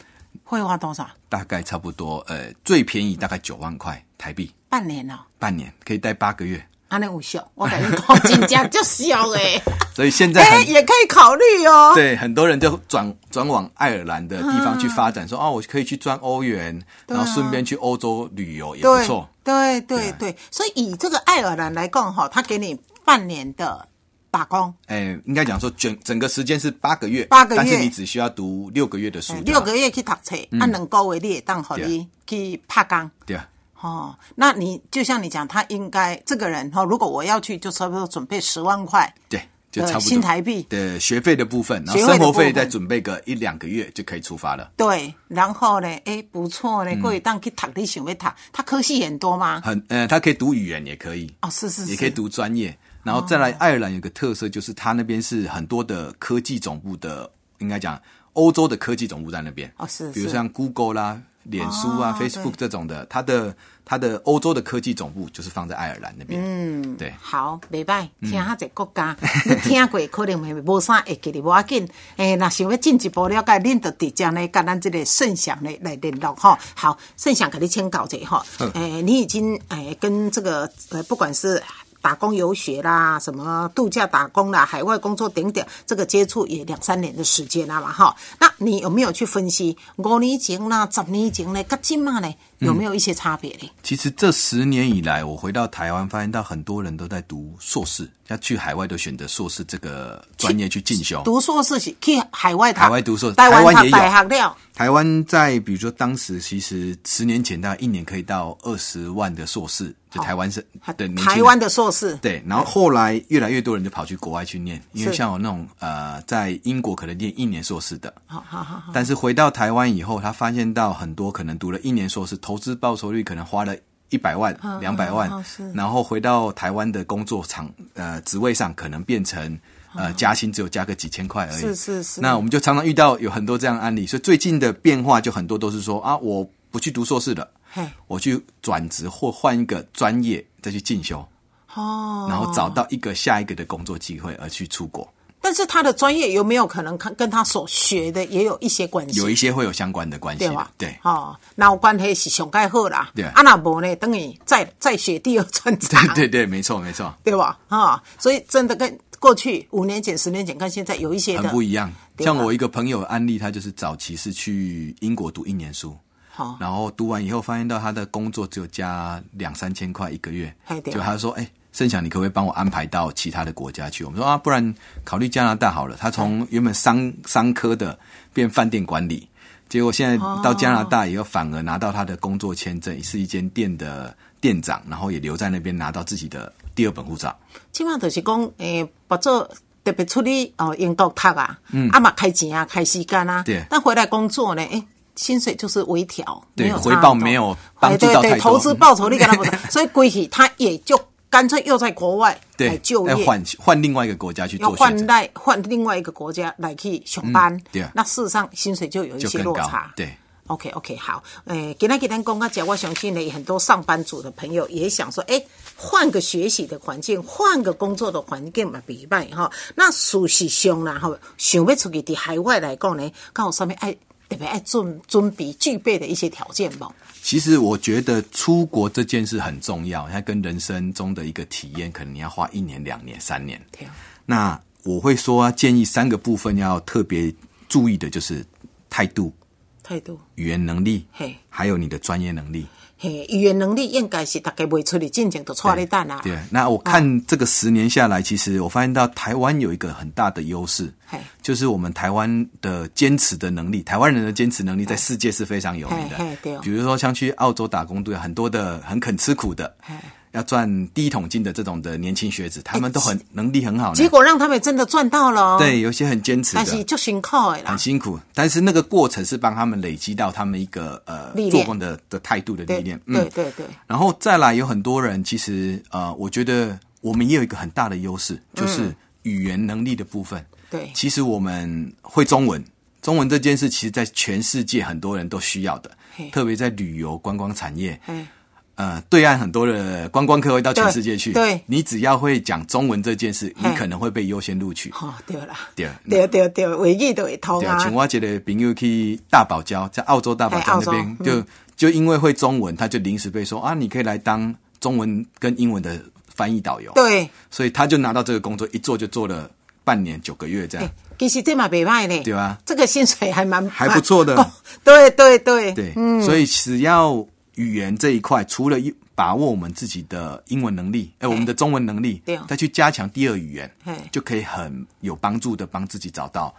[SPEAKER 2] 会花多少？
[SPEAKER 3] 大概差不多呃最便宜大概九万块台币，
[SPEAKER 2] 半年了，
[SPEAKER 3] 半年可以待八个月。
[SPEAKER 2] 安尼有 效，我跟你讲，真正就笑欸诶。
[SPEAKER 3] 所以现 在
[SPEAKER 2] 哎，
[SPEAKER 3] 很
[SPEAKER 2] 也可以考虑哦。
[SPEAKER 3] 对，很多人就转转往爱尔兰的地方去发展，说哦，我可以去赚欧元，然后顺便去欧洲旅游也不
[SPEAKER 2] 啊对
[SPEAKER 3] 错。
[SPEAKER 2] 对对
[SPEAKER 3] 对
[SPEAKER 2] 对，所以以这个爱尔兰来讲哈，他给你半年的打工，
[SPEAKER 3] 哎，应该讲说整整个时间是八个月，
[SPEAKER 2] 八个月
[SPEAKER 3] 但是你只需要读六个月的书
[SPEAKER 2] 哎，
[SPEAKER 3] 就
[SPEAKER 2] 六
[SPEAKER 3] 好
[SPEAKER 2] 个月去读册，啊，两个月你也当好
[SPEAKER 3] 对
[SPEAKER 2] 你去拍工。
[SPEAKER 3] 对啊，
[SPEAKER 2] 哦，那你就像你讲，他应该这个人哈、哦，如果我要去，就差不多准备十万块。
[SPEAKER 3] 对，就差不多
[SPEAKER 2] 新台币
[SPEAKER 3] 的学费的部分，然后
[SPEAKER 2] 呃学费的
[SPEAKER 3] 生活
[SPEAKER 2] 部
[SPEAKER 3] 费
[SPEAKER 2] 分
[SPEAKER 3] 再准备个一两个月就可以出发了。
[SPEAKER 2] 对，然后呢，哎，不错
[SPEAKER 3] 嗯
[SPEAKER 2] 呢，过一档去读你想要读，他科系很多吗？
[SPEAKER 3] 很呃，他可以读语言也可以，
[SPEAKER 2] 哦，是是是，哦
[SPEAKER 3] 也可以读专业，然后再来爱尔兰有个特色就是它那边是很多的科技总部的，应该讲欧洲的科技总部在那边
[SPEAKER 2] 哦是
[SPEAKER 3] 比如
[SPEAKER 2] 是哦
[SPEAKER 3] 像 Google 啦、脸书啊、
[SPEAKER 2] 对
[SPEAKER 3] Facebook 这种的，它的它的欧洲的科技总部就是放在爱尔兰那边，嗯，对。
[SPEAKER 2] 好，袂歹，听下一个国家，你听过可能会无啥会记哩，无要紧。诶、若想要进一步了解，恁就直接呢，甲咱这个盛祥呢来联络吼。好，盛祥给你请教者吼。诶、你已经诶、跟这个呃，不管是打工游学啦，什么度假打工啦，海外工作等等，这个接触也两三年的时间啦嘛哈。那你有没有去分析五年前啦、十年前呢，甲今嘛呢，有没有一些差别呢？
[SPEAKER 3] 其实这十年以来，我回到台湾，发现到很多人都在读硕士，要去海外都选择硕士这个专业去进修。
[SPEAKER 2] 读硕士是去海外读，
[SPEAKER 3] 哦海外读硕士
[SPEAKER 2] 台湾
[SPEAKER 3] 台湾
[SPEAKER 2] 读
[SPEAKER 3] 也有
[SPEAKER 2] 大学了。
[SPEAKER 3] 台湾在比如说当时，其实十年前大概一年可以到二十万的硕士，就台湾是的年轻人
[SPEAKER 2] 台湾的硕士，
[SPEAKER 3] 对，然后后来越来越多人就跑去国外去念，因为
[SPEAKER 2] 是
[SPEAKER 3] 像我那种呃，在英国可能念一年硕士的，
[SPEAKER 2] 好好好好，
[SPEAKER 3] 但是回到台湾以后，他发现到很多可能读了一年硕士，投资报酬率可能花了一百万、两百万
[SPEAKER 2] 嗯嗯是，
[SPEAKER 3] 然后回到台湾的工作场呃职位上，可能变成呃加薪只有加个几千块而已。
[SPEAKER 2] 是是是
[SPEAKER 3] 那我们就常常遇到有很多这样的案例，所以最近的变化就很多都是说啊，我不去读硕士了
[SPEAKER 2] 嘿，
[SPEAKER 3] 我去转职或换一个专业再去进修，
[SPEAKER 2] 哦。
[SPEAKER 3] 然后找到一个下一个的工作机会而去出国。
[SPEAKER 2] 但是他的专业有没有可能看跟他所学的也有一些关系？
[SPEAKER 3] 有一些会有相关的关系
[SPEAKER 2] 对
[SPEAKER 3] 的
[SPEAKER 2] 吧？，
[SPEAKER 3] 对，
[SPEAKER 2] 哦，那有关系是上盖好啦。
[SPEAKER 3] 对
[SPEAKER 2] 啊那无呢，等于再再学第二专长，
[SPEAKER 3] 对对，没错没错，
[SPEAKER 2] 对吧？啊，所以真的跟过去五年前、十年前跟现在有一些
[SPEAKER 3] 很
[SPEAKER 2] 的
[SPEAKER 3] 不一样。
[SPEAKER 2] 对吧
[SPEAKER 3] 像我一个朋友的案例，他就是早期是去英国读一年书，
[SPEAKER 2] 好
[SPEAKER 3] 然后读完以后发现到他的工作只有加两三千块一个月
[SPEAKER 2] 嘿，对
[SPEAKER 3] 就他说：“哎、盛祥，你可不可以帮我安排到其他的国家去？”我们说：“啊，不然考虑加拿大好了。”他从原本商商科的变饭店管理，结果现在到加拿大以后，反而拿到他的工作签证，是一间店的店长，然后也留在那边拿到自己的第二本护照。
[SPEAKER 2] 即码就是讲，诶、把做特别出去哦，英国读啊，啊嘛开钱啊，开时间啊，
[SPEAKER 3] 嗯对
[SPEAKER 2] 但回来工作呢，诶、薪水就是微调，
[SPEAKER 3] 对
[SPEAKER 2] 没有差
[SPEAKER 3] 回报没有帮助到
[SPEAKER 2] 哎对对
[SPEAKER 3] 太多嗯
[SPEAKER 2] 投资报酬率跟他不同，所以归去他也就干脆又在国外来
[SPEAKER 3] 对，
[SPEAKER 2] 就
[SPEAKER 3] 要
[SPEAKER 2] 业。
[SPEAKER 3] 换换另外一个国家去
[SPEAKER 2] 要
[SPEAKER 3] 做选
[SPEAKER 2] 换
[SPEAKER 3] 择，
[SPEAKER 2] 来换另外一个国家来去上班，
[SPEAKER 3] 对啊
[SPEAKER 2] 那事实上薪水就有一
[SPEAKER 3] 就
[SPEAKER 2] 些
[SPEAKER 3] 更
[SPEAKER 2] 落
[SPEAKER 3] 高
[SPEAKER 2] 差，。
[SPEAKER 3] 对。
[SPEAKER 2] OK OK，好，诶、给今天给咱讲到啊这，我相信呢，很多上班族的朋友也想说，诶、换个学习的环境，换个工作的环境嘛，袂歹哈。那事实上啦，吼，想要出去伫海外来讲呢，刚有上面爱特别爱准准备具备的一些条件无？
[SPEAKER 3] 其实我觉得出国这件事很重要，它跟人生中的一个体验，可能你要花一年、两年、三年。
[SPEAKER 2] 对啊
[SPEAKER 3] 那我会说、啊，建议三个部分要特别注意的，就是态度、
[SPEAKER 2] 态度，
[SPEAKER 3] 语言能力
[SPEAKER 2] 嘿，
[SPEAKER 3] 还有你的专业能力。
[SPEAKER 2] 嘿，语言能力应该是大家未出去进前就错咧等啊。
[SPEAKER 3] 对，那我看这个十年下来，其实我发现到台湾有一个很大的优势
[SPEAKER 2] 嘿，
[SPEAKER 3] 就是我们台湾的坚持的能力，台湾人的坚持能力在世界是非常有名
[SPEAKER 2] 嘿嘿对
[SPEAKER 3] 的
[SPEAKER 2] 哦。
[SPEAKER 3] 比如说像去澳洲打工，对，很多的很肯吃苦的
[SPEAKER 2] 嘿，哎
[SPEAKER 3] 要赚第一桶金的这种的年轻学子，他们都很能力很好呢
[SPEAKER 2] 结。果让他们真的赚到了、哦。，
[SPEAKER 3] 对，有些很坚持
[SPEAKER 2] 但是
[SPEAKER 3] 的，
[SPEAKER 2] 就辛苦的啦
[SPEAKER 3] 很。辛苦，但是那个过程是帮他们累积到他们一个呃
[SPEAKER 2] 历练
[SPEAKER 3] 做工的的态度的
[SPEAKER 2] 对
[SPEAKER 3] 历
[SPEAKER 2] 对
[SPEAKER 3] 练。嗯，
[SPEAKER 2] 对对，
[SPEAKER 3] 然后再来有很多人，其实呃，我觉得我们也有一个很大的优势，就是语言能力的部分。
[SPEAKER 2] 嗯对
[SPEAKER 3] 其实我们会中文，中文这件事，其实在全世界很多人都需要的
[SPEAKER 2] 嘿，
[SPEAKER 3] 特别在旅游观光产业。
[SPEAKER 2] 哎，
[SPEAKER 3] 呃，对岸很多的观光客会到全
[SPEAKER 2] 对
[SPEAKER 3] 世界去，
[SPEAKER 2] 对
[SPEAKER 3] 你只要会讲中文这件事，你
[SPEAKER 2] 嘿
[SPEAKER 3] 可能会被优先录取。
[SPEAKER 2] 好、对啦，
[SPEAKER 3] 对
[SPEAKER 2] 对对对，唯一都会通
[SPEAKER 3] 对
[SPEAKER 2] 啊
[SPEAKER 3] 啊，。请我一个朋友去大堡礁，在澳洲大堡礁
[SPEAKER 2] 哎
[SPEAKER 3] 那边
[SPEAKER 2] 澳，洲
[SPEAKER 3] 就就因为会中文，他就临时被说啊，你可以来当中文跟英文的翻译导游，
[SPEAKER 2] 对，
[SPEAKER 3] 所以他就拿到这个工作，一做就做了半年九个月这样
[SPEAKER 2] 哎。其实这嘛袂歹呢，
[SPEAKER 3] 啊对啊
[SPEAKER 2] 这个薪水还蛮
[SPEAKER 3] 还不错 的
[SPEAKER 2] 蛮对对对
[SPEAKER 3] 对，所以只要语言这一块，除了把握我们自己的英文能力，哎、我们的中文能力
[SPEAKER 2] 对哦，
[SPEAKER 3] 再去加强第二语言
[SPEAKER 2] 嘿，
[SPEAKER 3] 就可以很有帮助的帮自己找到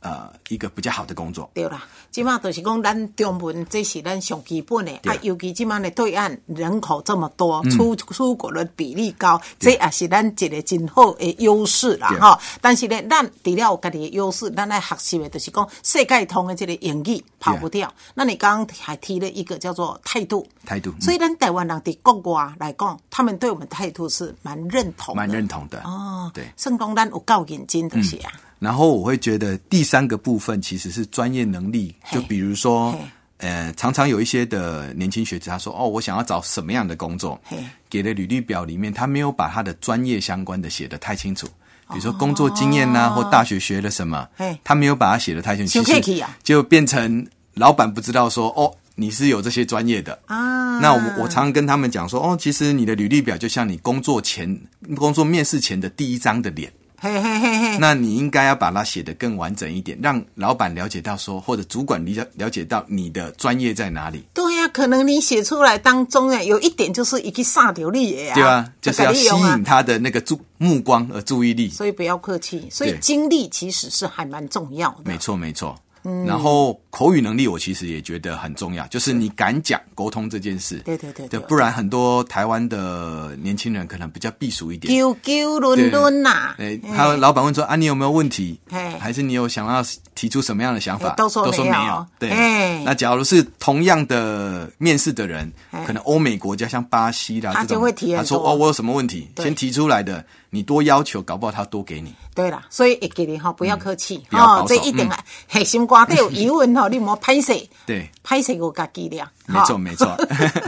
[SPEAKER 3] 呃一个比较好的工作。
[SPEAKER 2] 对啦，即马就是讲咱中文，这是咱上基本的。
[SPEAKER 3] 对嗯
[SPEAKER 2] 啊，尤其即马的对岸人口这么多，出出国的比例高，这也是咱一个真好的优势啦
[SPEAKER 3] 对
[SPEAKER 2] 吼。但是呢，咱除了有家己的优势，咱来学习的，就是讲世界通的这个英语跑不掉。那你刚刚还提了一个叫做态度，
[SPEAKER 3] 态度嗯
[SPEAKER 2] 所以咱台湾人在国外来讲，他们对我们态度是蛮认同的，
[SPEAKER 3] 蛮认同嗯的
[SPEAKER 2] 哦。
[SPEAKER 3] 对。
[SPEAKER 2] 算讲咱有够认真就是啊，
[SPEAKER 3] 然后我会觉得第三个部分其实是专业能力，
[SPEAKER 2] 嘿
[SPEAKER 3] 就比如说
[SPEAKER 2] 嘿，
[SPEAKER 3] 呃，常常有一些的年轻学子，他说：“哦，我想要找什么样的工作
[SPEAKER 2] 嘿？”
[SPEAKER 3] 给的履历表里面，他没有把他的专业相关的写得太清楚，比如说工作经验呐、或大学学了什么
[SPEAKER 2] 哦嘿，
[SPEAKER 3] 他没有把它写得太清楚，
[SPEAKER 2] 太客
[SPEAKER 3] 其
[SPEAKER 2] 气
[SPEAKER 3] 实
[SPEAKER 2] 啊
[SPEAKER 3] 就变成老板不知道说：“哦，你是有这些专业的
[SPEAKER 2] 啊
[SPEAKER 3] 那我我常常跟他们讲说：“哦，其实你的履历表就像你工作前、工作面试前的第一张的脸。”
[SPEAKER 2] 嘿嘿嘿嘿，
[SPEAKER 3] 那你应该要把它写得更完整一点，让老板了解到说，或者主管了了解到你的专业在哪里，
[SPEAKER 2] 对呀、可能你写出来当中哎，有一点就是一个撒掉你的啊，
[SPEAKER 3] 对吧？就是要
[SPEAKER 2] 给
[SPEAKER 3] 吸
[SPEAKER 2] 你用啊
[SPEAKER 3] 引他的那个注目光和注意力。
[SPEAKER 2] 所以不要客气，所以
[SPEAKER 3] 对
[SPEAKER 2] 经历其实是还蛮重要的
[SPEAKER 3] 没。错，没错。
[SPEAKER 2] 嗯
[SPEAKER 3] 然后口语能力，我其实也觉得很重要，就是你敢讲沟通这件事。
[SPEAKER 2] 对对对对
[SPEAKER 3] 不然很多台湾的年轻人可能比较避俗一点。
[SPEAKER 2] 丢丢伦伦呐，
[SPEAKER 3] 对，他老板问说啊，你有没有问题
[SPEAKER 2] 嗯嘿？
[SPEAKER 3] 还是你有想要提出什么样的想法
[SPEAKER 2] 哎？都说没有
[SPEAKER 3] 对
[SPEAKER 2] 哎，
[SPEAKER 3] 那假如是同样的面试的人
[SPEAKER 2] 哎，
[SPEAKER 3] 可能欧美国家像巴西啦，
[SPEAKER 2] 他
[SPEAKER 3] 这种
[SPEAKER 2] 就会提很
[SPEAKER 3] 他说
[SPEAKER 2] 多
[SPEAKER 3] 哦，我有什么问题，
[SPEAKER 2] 对
[SPEAKER 3] 先提出来的，你多要求，搞不好他多给你。
[SPEAKER 2] 对啦，所以会给你哈，不要客气
[SPEAKER 3] 嗯不要保守
[SPEAKER 2] 这一定啊，核心瓜底有疑问 吼，你莫拍摄，
[SPEAKER 3] 对，
[SPEAKER 2] 拍摄我家己了，
[SPEAKER 3] 没错，没错。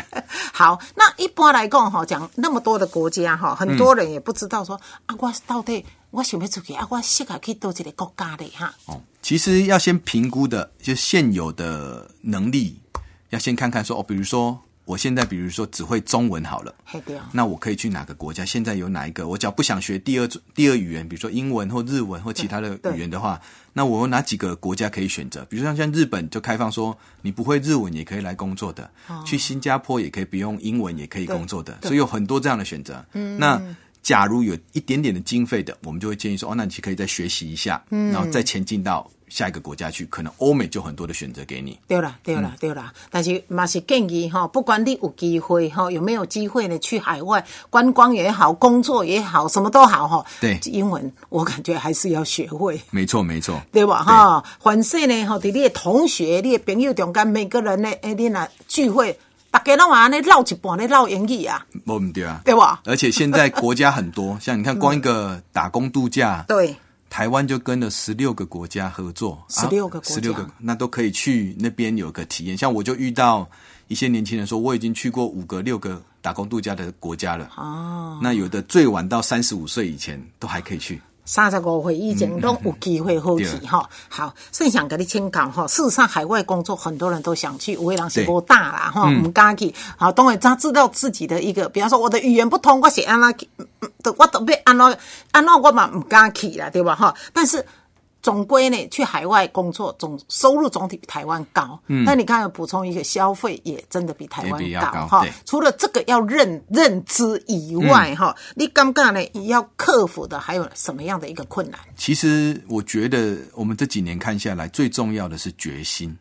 [SPEAKER 2] 好，那一般来讲哈，讲那么多的国家
[SPEAKER 3] 嗯
[SPEAKER 2] 哈，很多人也不知道说、啊，我到底我想要出去啊，我适合去多一个国家的哈，
[SPEAKER 3] 哦，其实要先评估的，就现有的能力，要先看看说哦，比如说我现在比如说只会中文好了。
[SPEAKER 2] 嘿对哦。
[SPEAKER 3] 那我可以去哪个国家？现在有哪一个？我只要不想学第二种第二语言，比如说英文或日文或其他的
[SPEAKER 2] 对
[SPEAKER 3] 语言的话，那我有哪几个国家可以选择？比如像像日本就开放说，你不会日文也可以来工作的，
[SPEAKER 2] 哦
[SPEAKER 3] 去新加坡也可以不用英文也可以工作的，所以有很多这样的选择。
[SPEAKER 2] 嗯
[SPEAKER 3] 那假如有一点点的经费的，我们就会建议说，哦，那你可以再学习一下，
[SPEAKER 2] 嗯
[SPEAKER 3] 然后再前进到下一个国家去，可能欧美就很多的选择给你。
[SPEAKER 2] 对啦，对啦，对啦，但是嘛是建议哈，不管你有机会哈，有没有机会呢，去海外观光也好，工作也好，什么都好哈。
[SPEAKER 3] 对
[SPEAKER 2] 英文我感觉还是要学会。
[SPEAKER 3] 没错，没错，
[SPEAKER 2] 对吧？哈，反正呢，吼，伫你的同学、你的朋友中间，每个人呢，诶，你若聚会，大家拢安尼绕一半咧绕英语啊，
[SPEAKER 3] 我们对啊，
[SPEAKER 2] 对吧
[SPEAKER 3] 而且现在国家很 多，像你看，光一个打工度假，
[SPEAKER 2] 对，
[SPEAKER 3] 台湾就跟了十六个国家合作，啊
[SPEAKER 2] 16个国家
[SPEAKER 3] 十六个，那都可以去那边有个体验。像我就遇到一些年轻人说，我已经去过五个、六个打工度假的国家了。
[SPEAKER 2] 啊
[SPEAKER 3] 哦，那有的最晚到三十五岁以前都还可以去。
[SPEAKER 2] 三十五岁以前拢有机会好去
[SPEAKER 3] 嗯对
[SPEAKER 2] 哈。好，正想跟你请教哈，事实上海外工作很多人都想去，有的人是
[SPEAKER 3] 对嗯
[SPEAKER 2] 无大啦哈，唔敢去。好，当然他知道自己的一个，比方说我的语言不通，我是安那，嗯嗯都我都要安那安那，我嘛唔敢去啦，对吧哈？但是。总归呢，去海外工作总收入总体比台湾高。嗯，那你刚才补充一个，消费也真的比台
[SPEAKER 3] 也
[SPEAKER 2] 湾
[SPEAKER 3] 比较
[SPEAKER 2] 高
[SPEAKER 3] 高
[SPEAKER 2] 哈
[SPEAKER 3] 对。
[SPEAKER 2] 除了这个要认认知以外，哈、你刚刚呢你要克服的还有什么样的一个困难？
[SPEAKER 3] 其实我觉得我们这几年看下来，最重要的是决心。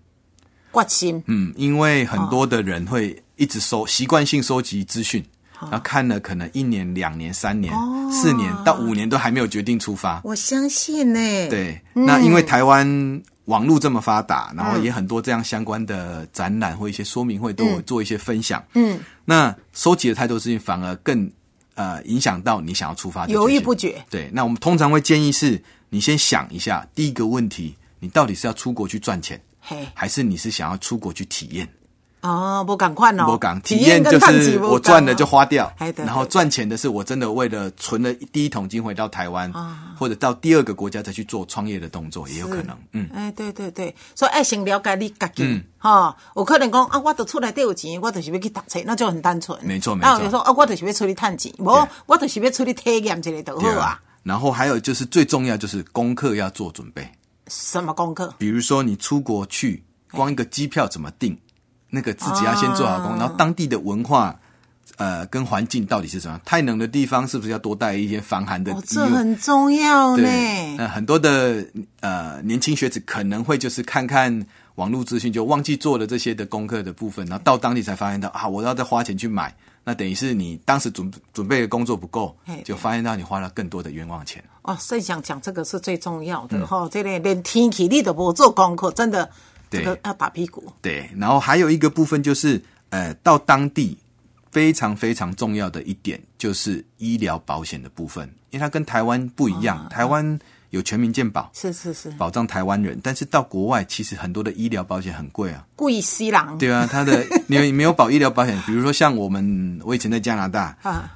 [SPEAKER 2] 决心，
[SPEAKER 3] 嗯，因为很多的人会一直收习惯性收集资讯，然后看了可能一年、两年、三年、
[SPEAKER 2] 哦
[SPEAKER 3] 四年到五年都还没有决定出发。
[SPEAKER 4] 我相信呢、
[SPEAKER 3] 对，那因为台湾网络这么发
[SPEAKER 2] 嗯
[SPEAKER 3] 达，然后也很多这样相关的展览或一些说明会都有做一些分享。
[SPEAKER 2] 嗯，
[SPEAKER 3] 那收集的太多资讯反而更呃影响到你想要出发的决心
[SPEAKER 2] 犹豫不决。
[SPEAKER 3] 对，那我们通常会建议是，你先想一下第一个问题，你到底是要出国去赚钱，
[SPEAKER 2] 嘿，
[SPEAKER 3] 还是你是想要出国去体验？
[SPEAKER 2] 哦，不赶快哦，
[SPEAKER 3] 我讲啊体验就
[SPEAKER 2] 跟趁钱
[SPEAKER 3] 是
[SPEAKER 2] 不
[SPEAKER 3] 我
[SPEAKER 2] 同
[SPEAKER 3] 赚了
[SPEAKER 2] 啊
[SPEAKER 3] 就花掉
[SPEAKER 2] 哎，对
[SPEAKER 3] 然后
[SPEAKER 2] 对
[SPEAKER 3] 赚钱的是我真的为了存了第一桶金回到台湾，
[SPEAKER 2] 啊
[SPEAKER 3] 或者到第二个国家再去做创业的动作，也有可能。嗯，
[SPEAKER 2] 哎、对对对，所以爱先了解你家己
[SPEAKER 3] 嗯，
[SPEAKER 2] 哈、有可能讲啊，我到厝内底有钱，我就是要去读册，那就很单纯。
[SPEAKER 3] 没错没
[SPEAKER 2] 啊，
[SPEAKER 3] 错
[SPEAKER 2] 有说啊，我就是要出去趁钱，无
[SPEAKER 3] 对
[SPEAKER 2] 我就是要出去体验一下就好
[SPEAKER 3] 对
[SPEAKER 2] 啊。。
[SPEAKER 3] 然后还有就是最重要就是功课要做准备，
[SPEAKER 2] 什么功课？
[SPEAKER 3] 比如说你出国去，
[SPEAKER 2] 哎
[SPEAKER 3] 光一个机票怎么订，那个自己要先做好
[SPEAKER 2] 啊
[SPEAKER 3] 功，然后当地的文化。呃，跟环境到底是什么样？太冷的地方是不是要多带一些防寒的衣啊
[SPEAKER 2] 哦
[SPEAKER 3] 物？，
[SPEAKER 2] 这很重要呢。
[SPEAKER 3] 对，呃，很多的呃年轻学子可能会就是看看网络资讯，就忘记做了这些的功课的部分，然后到当地才发现到啊，我要再花钱去买，那等于是你当时准准备的工作不够
[SPEAKER 2] 嘿对，
[SPEAKER 3] 就发现到你花了更多的冤枉钱。
[SPEAKER 2] 哦，所以讲讲这个是最重要
[SPEAKER 3] 嗯
[SPEAKER 2] 的哈、这个连天气你都不做功课，真的，这
[SPEAKER 3] 对
[SPEAKER 2] 个要打屁股。
[SPEAKER 3] 对，然后还有一个部分就是，呃，到当地非常非常重要的一点就是医疗保险的部分，因为它跟台湾不一样，台湾有全民健保。
[SPEAKER 2] 是是是，
[SPEAKER 3] 保障台湾人，但是到国外其实很多的医疗保险很贵啊，
[SPEAKER 2] 故意西 郎。
[SPEAKER 3] 对啊，他的你有你没有保医疗保险，比如说像我们，我以前在加拿大
[SPEAKER 2] 啊，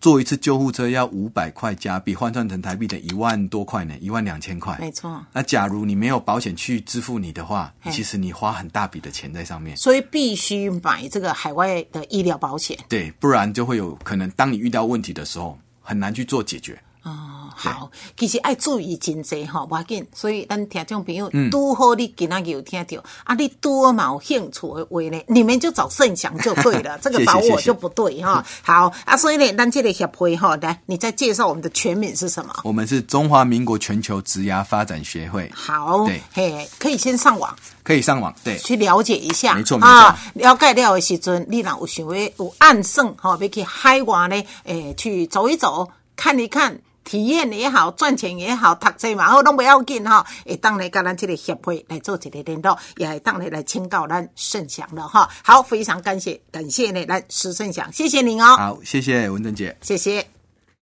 [SPEAKER 3] 坐一次救护车要五百块加币，换算成台币的一万多块呢，一万两千块。
[SPEAKER 2] 没错。
[SPEAKER 3] 那假如你没有保险去支付你的话
[SPEAKER 2] 嘿，
[SPEAKER 3] 其实你花很大笔的钱在上面，
[SPEAKER 2] 所以必须买这个海外的医疗保险。
[SPEAKER 3] 对，不然就会有可能当你遇到问题的时候，很难去做解决。
[SPEAKER 2] 哦，好，其实爱注意真济吼，无要紧。所以咱听众朋友，
[SPEAKER 3] 嗯
[SPEAKER 2] 拄、好你今仔日有听到，啊，你拄好嘛有兴趣的话呢，你们就找盛祥就对 了，这个
[SPEAKER 3] 谢谢
[SPEAKER 2] 找
[SPEAKER 3] 谢
[SPEAKER 2] 我
[SPEAKER 3] 谢
[SPEAKER 2] 就不对哈。好啊，所以呢，咱这个协会哈，来，你再介绍我们的全名是什么？
[SPEAKER 3] 我们是中华民国全球职涯发展协会，
[SPEAKER 2] 好
[SPEAKER 3] 对，
[SPEAKER 2] 嘿，可以先上网
[SPEAKER 3] 可以上网。对，
[SPEAKER 2] 去了解一下，
[SPEAKER 3] 没错
[SPEAKER 2] 啊，了解了的时阵，你若有想要有暗算吼、要去海外呢，诶、去走一走，看一看。体验也好，赚钱也好，读册嘛好，拢不要紧吼。会当来甲咱这个协会来做一个联络，也会当来来请教咱盛祥了哈。好，非常感谢，感谢呢，咱施盛祥，谢谢您哦，
[SPEAKER 3] 好，谢谢文珍姐。
[SPEAKER 2] 谢谢。